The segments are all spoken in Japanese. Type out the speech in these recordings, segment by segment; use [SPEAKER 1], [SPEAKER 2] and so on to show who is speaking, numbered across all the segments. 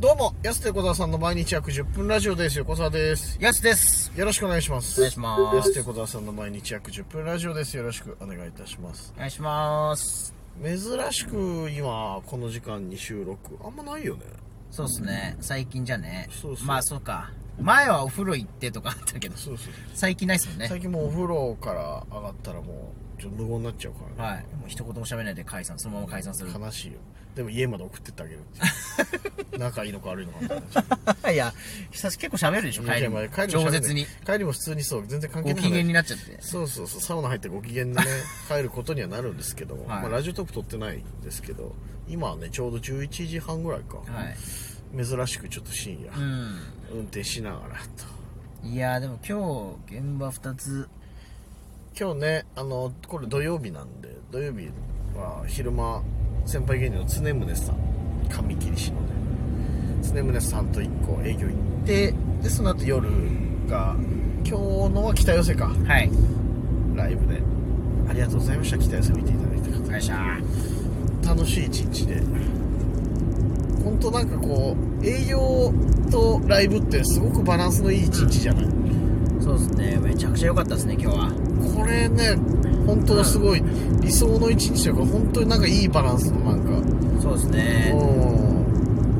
[SPEAKER 1] どうも、やすと横澤さんの毎日約10分ラジオです。横澤です。
[SPEAKER 2] やすです。
[SPEAKER 1] よろしくお願いします。
[SPEAKER 2] お願いします
[SPEAKER 1] やすと横澤さんの毎日約10分ラジオです。よろしくお願いいたします。
[SPEAKER 2] お願いします。
[SPEAKER 1] 珍しく今、この時間に収録。あんまないよね。
[SPEAKER 2] そうっすね。最近じゃね。
[SPEAKER 1] そうそう
[SPEAKER 2] まあそうか。前はお風呂行ってとかあったけど、
[SPEAKER 1] そうそう。
[SPEAKER 2] 最近ないっすもんね。
[SPEAKER 1] 最近もうお風呂から上がったらもう、ちょっと無言になっちゃうから
[SPEAKER 2] はい。もう一言も喋らないで解散、そのまま解散する
[SPEAKER 1] ね。。悲しいよ。でも家まで送ってってあげるっていう仲いいのか悪いのかみたいな。
[SPEAKER 2] いや、久しぶり結構喋るでしょ、帰
[SPEAKER 1] 家
[SPEAKER 2] り
[SPEAKER 1] ま
[SPEAKER 2] も
[SPEAKER 1] で帰。りも喋
[SPEAKER 2] 饒
[SPEAKER 1] んない
[SPEAKER 2] 舌に。。
[SPEAKER 1] 帰りも普通にそう、全然関係ない
[SPEAKER 2] ご機
[SPEAKER 1] 話。
[SPEAKER 2] 嫌になっちゃって。
[SPEAKER 1] そうそうそうサウナ入ってご機嫌で ね帰ることにはなるんですけど、まあ、ラジオトーク撮ってないんですけど今はねちょうど11時半ぐらいか、
[SPEAKER 2] はい。
[SPEAKER 1] 珍しくちょっと深夜、
[SPEAKER 2] う
[SPEAKER 1] 運転しながらと
[SPEAKER 2] ん。いやーでも今日、現場2つ。
[SPEAKER 1] 今日ねあのこれ土曜日なんで土曜日は昼間先輩芸人の常宗さん神切り師のね常宗さんと1個営業行ってでその後夜が今日のは北寄せか
[SPEAKER 2] はい。
[SPEAKER 1] ライブでありがとうございました北寄せ見ていただいた方
[SPEAKER 2] お願いしま
[SPEAKER 1] 楽しい一日で本当なんかこう営業とライブってすごくバランスのいい一日じゃない、
[SPEAKER 2] す。そうっすね。めちゃくちゃ良かったっすね、今日は。
[SPEAKER 1] これね本当すごい理想の一日というか本当になんかいいバランスのなんか、
[SPEAKER 2] そうですね。
[SPEAKER 1] うん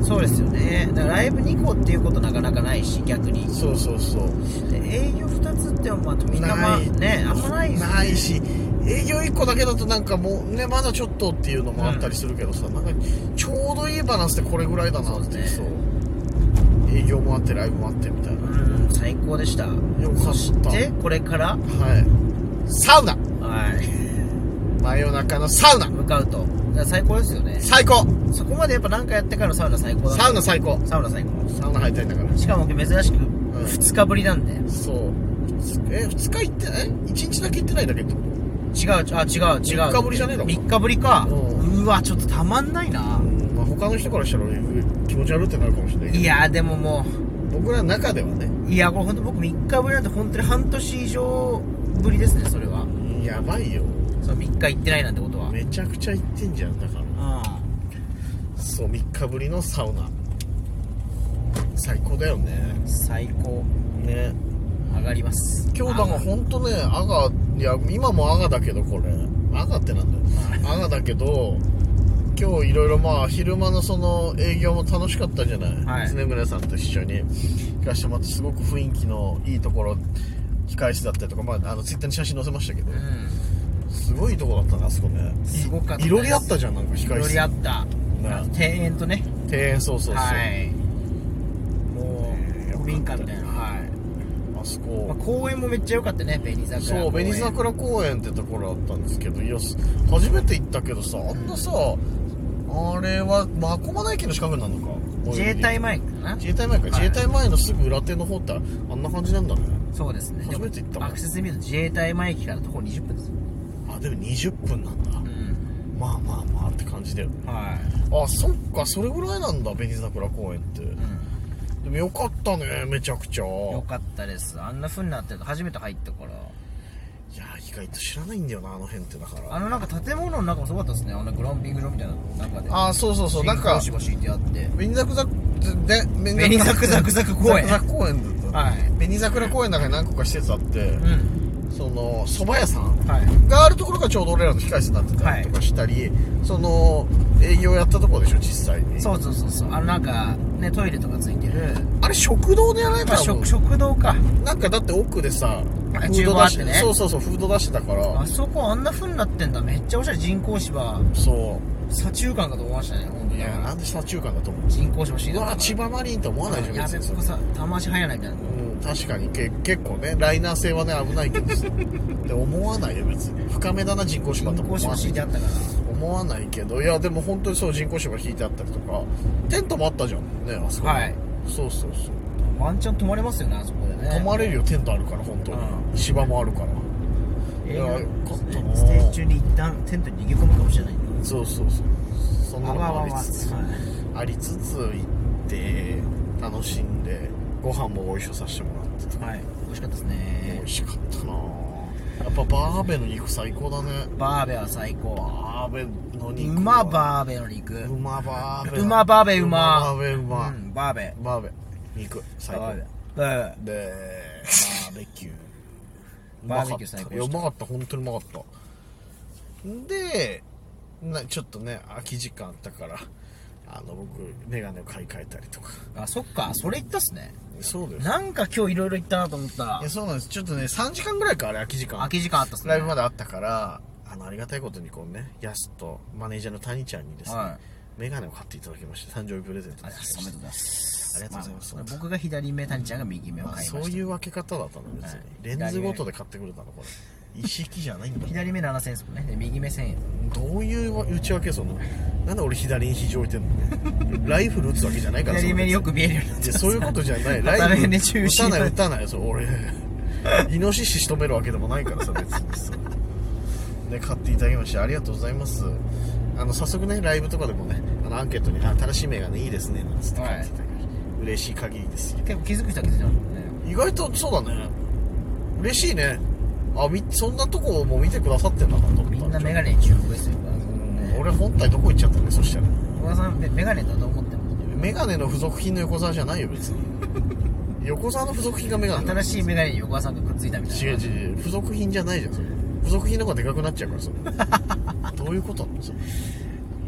[SPEAKER 2] そうですよね。だからライブ2個っていうことなかなかないし、逆に。
[SPEAKER 1] そうそうそう
[SPEAKER 2] で営業2つってまあみんなまあ
[SPEAKER 1] ない
[SPEAKER 2] ねあんまないですよね
[SPEAKER 1] ないし営業1個だけだとなんかもうねまだちょっとっていうのもあったりするけどさ、なんかちょうどいいバランスでこれぐらいだなっていう
[SPEAKER 2] そう
[SPEAKER 1] そう営業もあってライブもあってみたいな
[SPEAKER 2] うん最高でした
[SPEAKER 1] よかった
[SPEAKER 2] でこれか
[SPEAKER 1] は
[SPEAKER 2] ら
[SPEAKER 1] いサウナ
[SPEAKER 2] はい
[SPEAKER 1] 真夜中のサウナ
[SPEAKER 2] 向かうとだから最高ですよね
[SPEAKER 1] 最高
[SPEAKER 2] そこまでやっぱ何かやってからサウナ最高だ
[SPEAKER 1] サウナ最高
[SPEAKER 2] サウナ最高
[SPEAKER 1] サウナ入りたいんだから
[SPEAKER 2] しかも僕珍しく
[SPEAKER 1] ん
[SPEAKER 2] 2日ぶりなんで、違う
[SPEAKER 1] そうえ二2日行ってない1日だけ行ってないだけってこ
[SPEAKER 2] あ違う違う
[SPEAKER 1] 三日ぶりじゃねえの
[SPEAKER 2] 3日ぶりか
[SPEAKER 1] う
[SPEAKER 2] うわちょっとたまんないな
[SPEAKER 1] とうんまあ他の人からしたら気持ち悪いってなるかもしれないけど
[SPEAKER 2] いやでもも
[SPEAKER 1] 僕らの中ではね
[SPEAKER 2] ういやこれ本当僕3日ぶりなんて本当に半年以上ぶりですねそれは
[SPEAKER 1] やばいよ
[SPEAKER 2] その3日行ってないなんてことは
[SPEAKER 1] めちゃくちゃ行ってんじゃんだから
[SPEAKER 2] うん
[SPEAKER 1] そう3日ぶりのサウナ最高だよね
[SPEAKER 2] 最高
[SPEAKER 1] ね
[SPEAKER 2] 上がります
[SPEAKER 1] 今日だからほんとねアガいや今もアガだけどこれアガってなんだよアガだけど今日いろいろまあ昼間のその営業も楽しかったじゃない、
[SPEAKER 2] はい
[SPEAKER 1] 常村さんと一緒に行かしてもらってすごく雰囲気のいいところ控室だったりとか、まあ、あのツイッターに写真載せましたけど
[SPEAKER 2] う
[SPEAKER 1] すごいいいとこだったなあそこね
[SPEAKER 2] んすごかったです
[SPEAKER 1] いろりあったじゃんなんか
[SPEAKER 2] んい
[SPEAKER 1] 控
[SPEAKER 2] ろ
[SPEAKER 1] 室
[SPEAKER 2] りあった
[SPEAKER 1] な
[SPEAKER 2] あの庭園とね
[SPEAKER 1] 庭園そうそうそう、
[SPEAKER 2] はいもう古民家みたいなはい、
[SPEAKER 1] あそ
[SPEAKER 2] まあ
[SPEAKER 1] こ、
[SPEAKER 2] 公園もめっちゃ良かったね紅桜
[SPEAKER 1] そう
[SPEAKER 2] 公園
[SPEAKER 1] 紅桜公園ってところだったんですけどいやす初めて行ったけどさあんなさ、あれはまあ駒台駅の近くになるのか
[SPEAKER 2] 自衛隊前かな
[SPEAKER 1] 自衛隊前か、
[SPEAKER 2] い
[SPEAKER 1] 自衛隊前のすぐ裏手の方ってあんな感じなんだね
[SPEAKER 2] そうですね
[SPEAKER 1] 初めて行ったもん
[SPEAKER 2] アクセスで見ると自衛隊前駅から徒歩20分です
[SPEAKER 1] あでも20分なんだ、
[SPEAKER 2] うん
[SPEAKER 1] まあまあまあって感じだよね
[SPEAKER 2] は
[SPEAKER 1] あそっかそれぐらいなんだ紅桜公園って
[SPEAKER 2] い、う
[SPEAKER 1] でもよかったねめちゃくちゃ
[SPEAKER 2] ん、よかったですあんな風になってると初めて入ったから
[SPEAKER 1] いや意外と知らないんだよなあの辺ってだから
[SPEAKER 2] あのなんか建物の中もすごかったですねあのグランピング場みたいな中で
[SPEAKER 1] あそうそうそうなんか
[SPEAKER 2] シンクロ敷いてあって
[SPEAKER 1] 紅桜で
[SPEAKER 2] 紅桜ザクザク公園
[SPEAKER 1] ザクザク公園だったね
[SPEAKER 2] はい
[SPEAKER 1] 紅桜公園の中に何個か施設あって、
[SPEAKER 2] うん
[SPEAKER 1] その蕎麦屋さん
[SPEAKER 2] はい
[SPEAKER 1] があるところがちょうど俺らの控室になってたりとかしたり、その営業やったところでしょ実際に
[SPEAKER 2] そうそうそうそうあのなんかねトイレとかついてる
[SPEAKER 1] あれ食堂でやられ
[SPEAKER 2] まあ
[SPEAKER 1] た
[SPEAKER 2] 食
[SPEAKER 1] の
[SPEAKER 2] 食堂か
[SPEAKER 1] なんかだって奥でさ
[SPEAKER 2] あ
[SPEAKER 1] フー
[SPEAKER 2] 厨
[SPEAKER 1] ド
[SPEAKER 2] 房あ
[SPEAKER 1] 出
[SPEAKER 2] っ
[SPEAKER 1] してて
[SPEAKER 2] ね
[SPEAKER 1] そうそうそうフード出してたから
[SPEAKER 2] あそこあんな風になってんだめっちゃおしゃれ人工芝
[SPEAKER 1] そ
[SPEAKER 2] 左中間かと思いましたね本当
[SPEAKER 1] うい
[SPEAKER 2] に
[SPEAKER 1] やなんで下中間だと思う
[SPEAKER 2] 人工芝し
[SPEAKER 1] うわ千
[SPEAKER 2] 葉
[SPEAKER 1] 葉マリンって思わないじゃん
[SPEAKER 2] やべ
[SPEAKER 1] 別
[SPEAKER 2] っ
[SPEAKER 1] にそ
[SPEAKER 2] こ
[SPEAKER 1] れ
[SPEAKER 2] さ玉足入らないみたいな
[SPEAKER 1] うん、確かにけ結構ねライナー性はね危ないけ どさで思わないよ別に深めだな人工芝と
[SPEAKER 2] 人
[SPEAKER 1] か
[SPEAKER 2] 工
[SPEAKER 1] 思わ
[SPEAKER 2] 芝
[SPEAKER 1] な
[SPEAKER 2] 敷い
[SPEAKER 1] い
[SPEAKER 2] てあったから
[SPEAKER 1] 思わないけどいやでも本当にそう人工芝引いてあったりとかテントもあったじゃんねあそこ
[SPEAKER 2] はい
[SPEAKER 1] そうそうそう、
[SPEAKER 2] ワンチャン泊まれますよねあそこでね
[SPEAKER 1] 泊まれるよテントあるから本当に、
[SPEAKER 2] う
[SPEAKER 1] 芝もあるから
[SPEAKER 2] え
[SPEAKER 1] いやよかったな
[SPEAKER 2] ステージ中に一旦テントに逃げ込むかもしれない
[SPEAKER 1] そうそうそうそんなの
[SPEAKER 2] わわ
[SPEAKER 1] もあ
[SPEAKER 2] わ
[SPEAKER 1] り
[SPEAKER 2] わ
[SPEAKER 1] つつありつつ行って楽しんでご飯もご一緒させてもらってとか
[SPEAKER 2] はい美味しかったです
[SPEAKER 1] 美
[SPEAKER 2] ね
[SPEAKER 1] 味しかったなやっぱバーベの肉最高だね
[SPEAKER 2] バーベは最高
[SPEAKER 1] バーベの
[SPEAKER 2] う
[SPEAKER 1] 肉
[SPEAKER 2] まバーベの肉
[SPEAKER 1] うまバーベ
[SPEAKER 2] うまバーベうま
[SPEAKER 1] うまバーベうま、
[SPEAKER 2] うんバーベ
[SPEAKER 1] バーベ肉最高
[SPEAKER 2] バーベバーベ
[SPEAKER 1] でバーベキューうま
[SPEAKER 2] バ
[SPEAKER 1] かった
[SPEAKER 2] ーベキュー最高で
[SPEAKER 1] いや
[SPEAKER 2] し
[SPEAKER 1] う
[SPEAKER 2] た
[SPEAKER 1] まかった本当にうまかったでなちょっとね空き時間あったからあの僕メガネを買い替えたりとか
[SPEAKER 2] あそっかそれ言ったっすね
[SPEAKER 1] そうです
[SPEAKER 2] なんか今日いろいろ言ったなと思ったら
[SPEAKER 1] いやそうなんですちょっとね3時間ぐらいかあれ空き時間
[SPEAKER 2] 空き時間あったっすね
[SPEAKER 1] ライブまであったからあのありがたいことにこうねやすとマネージャーの谷ちゃんにですね、
[SPEAKER 2] は
[SPEAKER 1] メガネを買っていただきまして誕生日プレゼント
[SPEAKER 2] あ
[SPEAKER 1] で
[SPEAKER 2] りが
[SPEAKER 1] す
[SPEAKER 2] とうございます
[SPEAKER 1] ありがとうございます
[SPEAKER 2] まあ僕が左目谷ちゃんが右目を
[SPEAKER 1] まあ
[SPEAKER 2] 買い
[SPEAKER 1] そ
[SPEAKER 2] ま
[SPEAKER 1] う
[SPEAKER 2] し
[SPEAKER 1] い
[SPEAKER 2] た
[SPEAKER 1] う分け方だったの別に、
[SPEAKER 2] はい
[SPEAKER 1] レンズごとで買ってくれたのこれ意識じゃないんだ
[SPEAKER 2] 左目7000円ですもんねで右目1000円
[SPEAKER 1] どういう内訳そのなんで俺左に肘置いてんの ライフル撃つわけじゃないから
[SPEAKER 2] 左目によ
[SPEAKER 1] く
[SPEAKER 2] く見えるようになってます
[SPEAKER 1] そういうことじゃ ない
[SPEAKER 2] 片
[SPEAKER 1] ライフ
[SPEAKER 2] 目
[SPEAKER 1] ル
[SPEAKER 2] で
[SPEAKER 1] 撃
[SPEAKER 2] 中
[SPEAKER 1] た
[SPEAKER 2] 心
[SPEAKER 1] ない撃たないそう俺 イノシシ仕留めるわけでもないからさ別にさで買っていただきましてありがとうございますあの早速ねライブとかでもねあのアンケートに「あ新しいメガネいいですね」なんつって書いていただきました嬉しい限りですよ
[SPEAKER 2] 結構気づく人は気づいてますもんね
[SPEAKER 1] 意外とそうだね嬉しいねあみそんなとこも見てくださってんだなと思った
[SPEAKER 2] みんなメガネに注目ですよ
[SPEAKER 1] うん俺本体どこ行っちゃったねそしたら
[SPEAKER 2] 小川さんメメガネだと思っても
[SPEAKER 1] メガネの付属品の横沢じゃないよ別 に横沢の付属品がメガネだ
[SPEAKER 2] 新しいメガネに横川さんがくっついたみたいな
[SPEAKER 1] 違う違う違う付属品じゃないじゃんそれ付属品の方がでかくなっちゃうからそ れどういうことなのそれ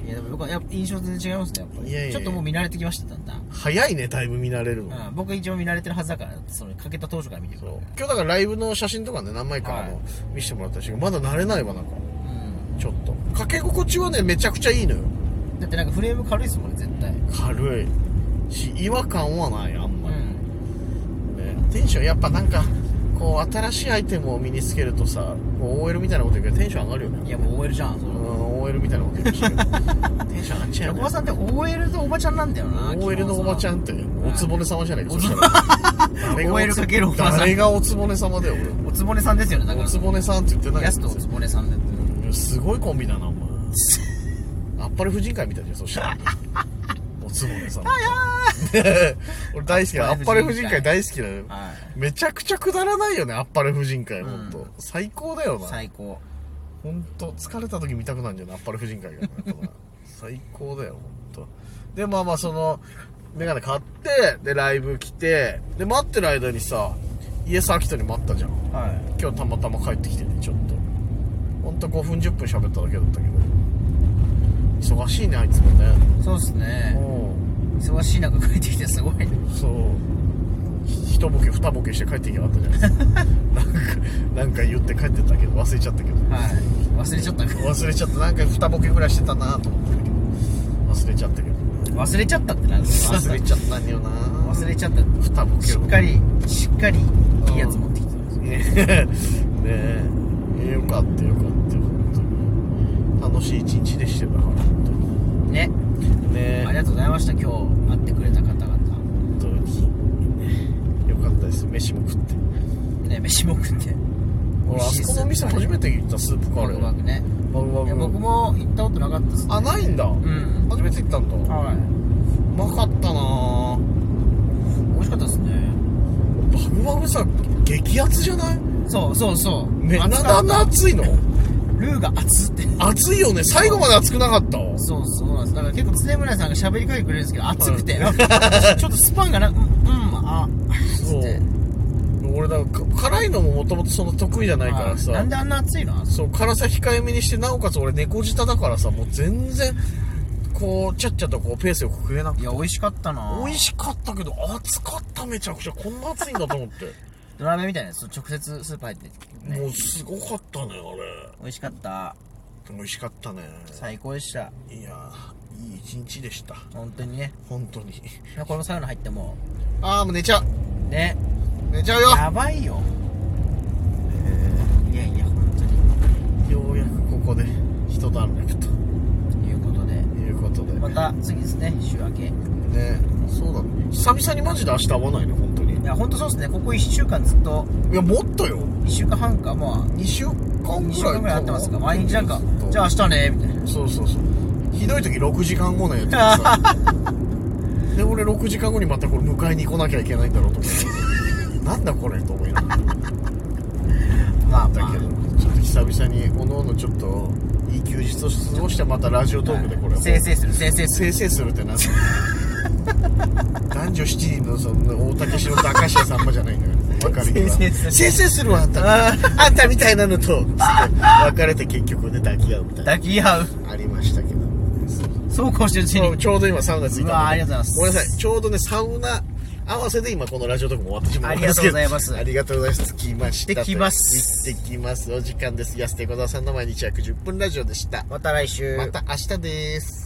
[SPEAKER 2] いやでもよくやっぱ印象全然違いますねやっぱり
[SPEAKER 1] いやいやいや
[SPEAKER 2] ちょっともう見慣れてきましただんだん、
[SPEAKER 1] 早いねだいぶ見慣れるの、
[SPEAKER 2] うん、僕一応見慣れてるはずだからそれかけた当初から見てる
[SPEAKER 1] そ
[SPEAKER 2] から
[SPEAKER 1] う今日だからライブの写真とかね何枚かあの、
[SPEAKER 2] はい
[SPEAKER 1] 見せてもらったしまだ慣れないわなんか
[SPEAKER 2] う
[SPEAKER 1] ちょっとかけ心地はねめちゃくちゃいいのよ
[SPEAKER 2] んだってなんかフレーム軽いですもんね絶対
[SPEAKER 1] 軽いし違和感はないあんまり、
[SPEAKER 2] ん
[SPEAKER 1] ねテンションやっぱなんかこう新しいアイテムを身につけるとさこう OL みたいなこと言うけどテンション上がるよ
[SPEAKER 2] い
[SPEAKER 1] ね
[SPEAKER 2] やもう OL じゃんそうれ
[SPEAKER 1] ん OL みたいなこと言う けどテンション上がっちゃうよね
[SPEAKER 2] 横川さんって OL のおばちゃんなんだよな
[SPEAKER 1] OL のおばちゃ
[SPEAKER 2] ん
[SPEAKER 1] んっておつぼね様じゃないか
[SPEAKER 2] お
[SPEAKER 1] そ
[SPEAKER 2] つ
[SPEAKER 1] したら誰がお
[SPEAKER 2] OL かけるおばさん
[SPEAKER 1] 誰がおつぼね様だよ
[SPEAKER 2] おつぼねさんですよねだ
[SPEAKER 1] 俺
[SPEAKER 2] か
[SPEAKER 1] おつぼねさんって言ってな
[SPEAKER 2] ら
[SPEAKER 1] い
[SPEAKER 2] やすとおつぼねさんだって
[SPEAKER 1] すごいコンビだなお 前あっぱれ婦人会みたいじゃんそしたらおつぼねさん 俺大好きだあ
[SPEAKER 2] あ
[SPEAKER 1] っ
[SPEAKER 2] っ
[SPEAKER 1] ぱ
[SPEAKER 2] ぱ
[SPEAKER 1] れ
[SPEAKER 2] れ
[SPEAKER 1] 婦
[SPEAKER 2] 婦
[SPEAKER 1] 人
[SPEAKER 2] 人
[SPEAKER 1] 会
[SPEAKER 2] 会
[SPEAKER 1] 大好きだよ
[SPEAKER 2] はい
[SPEAKER 1] めちゃくちゃくだらないよねあっぱれ婦人会
[SPEAKER 2] ん
[SPEAKER 1] 本当、最高だよな
[SPEAKER 2] 最高
[SPEAKER 1] 本当疲れた時見たくなるんじゃないあっぱれ婦人会がやっぱな最高だよ本当でまあまあそのメガネ買ってでライブ来てで待ってる間にさイエス・アキトに待ったじゃん
[SPEAKER 2] はい
[SPEAKER 1] 今日たまたま帰ってきてねちょっとほんと5分10分喋っただけだったけど忙しいねあいつもね
[SPEAKER 2] そうっすね
[SPEAKER 1] う
[SPEAKER 2] 忙しい中帰ってきてすごいね
[SPEAKER 1] んそうひ一ボケ二ボケして帰ってきやがったじゃないですか なんかなんか言って帰ってたけど忘れちゃったけど
[SPEAKER 2] はい忘れちゃった
[SPEAKER 1] 忘れちゃったなんか二ボケぐらいしてたなと思ってたけど忘れちゃったけど
[SPEAKER 2] 忘れちゃったってなんですか
[SPEAKER 1] 忘れちゃったんよな
[SPEAKER 2] 忘れちゃったって
[SPEAKER 1] 二ボケ
[SPEAKER 2] し
[SPEAKER 1] を
[SPEAKER 2] っかりしっかりいいやつ持ってきてます
[SPEAKER 1] ねねえよかったよかったよ本当に楽しい一日でしたよだから本
[SPEAKER 2] ね
[SPEAKER 1] 当にね
[SPEAKER 2] ありがとうございました今日会ってくれた方々
[SPEAKER 1] 本当によかったです飯も食って
[SPEAKER 2] ね飯も食って
[SPEAKER 1] 俺あそこのお店初めて行ったスープカ
[SPEAKER 2] バ
[SPEAKER 1] レ
[SPEAKER 2] グ
[SPEAKER 1] ー
[SPEAKER 2] バグね
[SPEAKER 1] バグバ
[SPEAKER 2] いや僕
[SPEAKER 1] グ
[SPEAKER 2] も行ったことなかったっす
[SPEAKER 1] あないんだ、
[SPEAKER 2] ん
[SPEAKER 1] 初めて行ったんだう
[SPEAKER 2] はい
[SPEAKER 1] まかったなぁ
[SPEAKER 2] 美味しかったっすね
[SPEAKER 1] バグバグさ激アツじゃない
[SPEAKER 2] そうそうそう
[SPEAKER 1] ね
[SPEAKER 2] 暑
[SPEAKER 1] な
[SPEAKER 2] か
[SPEAKER 1] な
[SPEAKER 2] っ
[SPEAKER 1] な熱いの
[SPEAKER 2] たルーが熱って
[SPEAKER 1] 熱いよね最後まで熱くなかったわ
[SPEAKER 2] そうそうなんですだから結構常村さんが喋りかけてくれるんですけど熱 くて、ちょっとスパンがなうんうんあ
[SPEAKER 1] そう
[SPEAKER 2] つって
[SPEAKER 1] 俺だからか辛いのももともとそんな得意じゃないからさ
[SPEAKER 2] なんであんな熱いの
[SPEAKER 1] そう辛さ控えめにしてなおかつ俺猫舌だからさもう全然こうちゃっちゃとこうペースよく食えなくて
[SPEAKER 2] いや美味しかったな
[SPEAKER 1] 美味しかったけど熱かっためちゃくちゃこんな熱いんだと思って、
[SPEAKER 2] ドラメみたいなやつ直接スーパー入って、 ね、
[SPEAKER 1] もうすごかったねあ
[SPEAKER 2] 美味しかった
[SPEAKER 1] れ美味しかったね
[SPEAKER 2] 最高でした
[SPEAKER 1] いやーいい一日でした
[SPEAKER 2] 本当にね
[SPEAKER 1] 本当に
[SPEAKER 2] このサウナ入っても
[SPEAKER 1] ああもう寝ちゃう
[SPEAKER 2] ね
[SPEAKER 1] 寝ちゃうよ
[SPEAKER 2] やばいよいやいや本
[SPEAKER 1] ようやくここで一段落と
[SPEAKER 2] 当にということで
[SPEAKER 1] いうことで
[SPEAKER 2] ま
[SPEAKER 1] ね
[SPEAKER 2] た次ですね週明けい
[SPEAKER 1] そうだね久々にマジで明日会わないね本当に
[SPEAKER 2] や本当そうですねここ1週間ずっと
[SPEAKER 1] いやもっとよ
[SPEAKER 2] 1週間半かまあ
[SPEAKER 1] 2週間
[SPEAKER 2] 2
[SPEAKER 1] ぐ
[SPEAKER 2] 週
[SPEAKER 1] らい
[SPEAKER 2] 間ぐらい会ってますか毎日なんか
[SPEAKER 1] ずっと
[SPEAKER 2] じゃあ明日ねみたいな
[SPEAKER 1] そうそうそうひどい時6時間後のやつで さで俺6時間後にまたこれ迎えに来なきゃい けないんだろうと思ってなんだこれと思いながら
[SPEAKER 2] まあ
[SPEAKER 1] だ
[SPEAKER 2] まあ
[SPEAKER 1] けど久々におのおのちょっといい休日を過ごしてまたラジオトークでこれを
[SPEAKER 2] 生成する生成す
[SPEAKER 1] 生
[SPEAKER 2] る
[SPEAKER 1] 成するってなんすか男女7人のその大竹しのと明石家さんまじゃないんだから別れる
[SPEAKER 2] 生成する
[SPEAKER 1] 生成するわあんたあんたみたいなのと別れて結局ね抱き合うみたいな
[SPEAKER 2] 抱き合う
[SPEAKER 1] ありましたけど
[SPEAKER 2] そうこうしてるうち
[SPEAKER 1] ちょ
[SPEAKER 2] に
[SPEAKER 1] ちょうど今サウナついたんで
[SPEAKER 2] うわありがとうございます
[SPEAKER 1] ごめんなさいちょうどねサウナ合わせで今このラジオトークも終わってしまったんですけど
[SPEAKER 2] ありがとうございます
[SPEAKER 1] ありがとうございます着きました
[SPEAKER 2] 行ってきます
[SPEAKER 1] 行ってきますお時間です安手小沢さんの毎日約10分ラジオでした
[SPEAKER 2] また来週
[SPEAKER 1] また明日です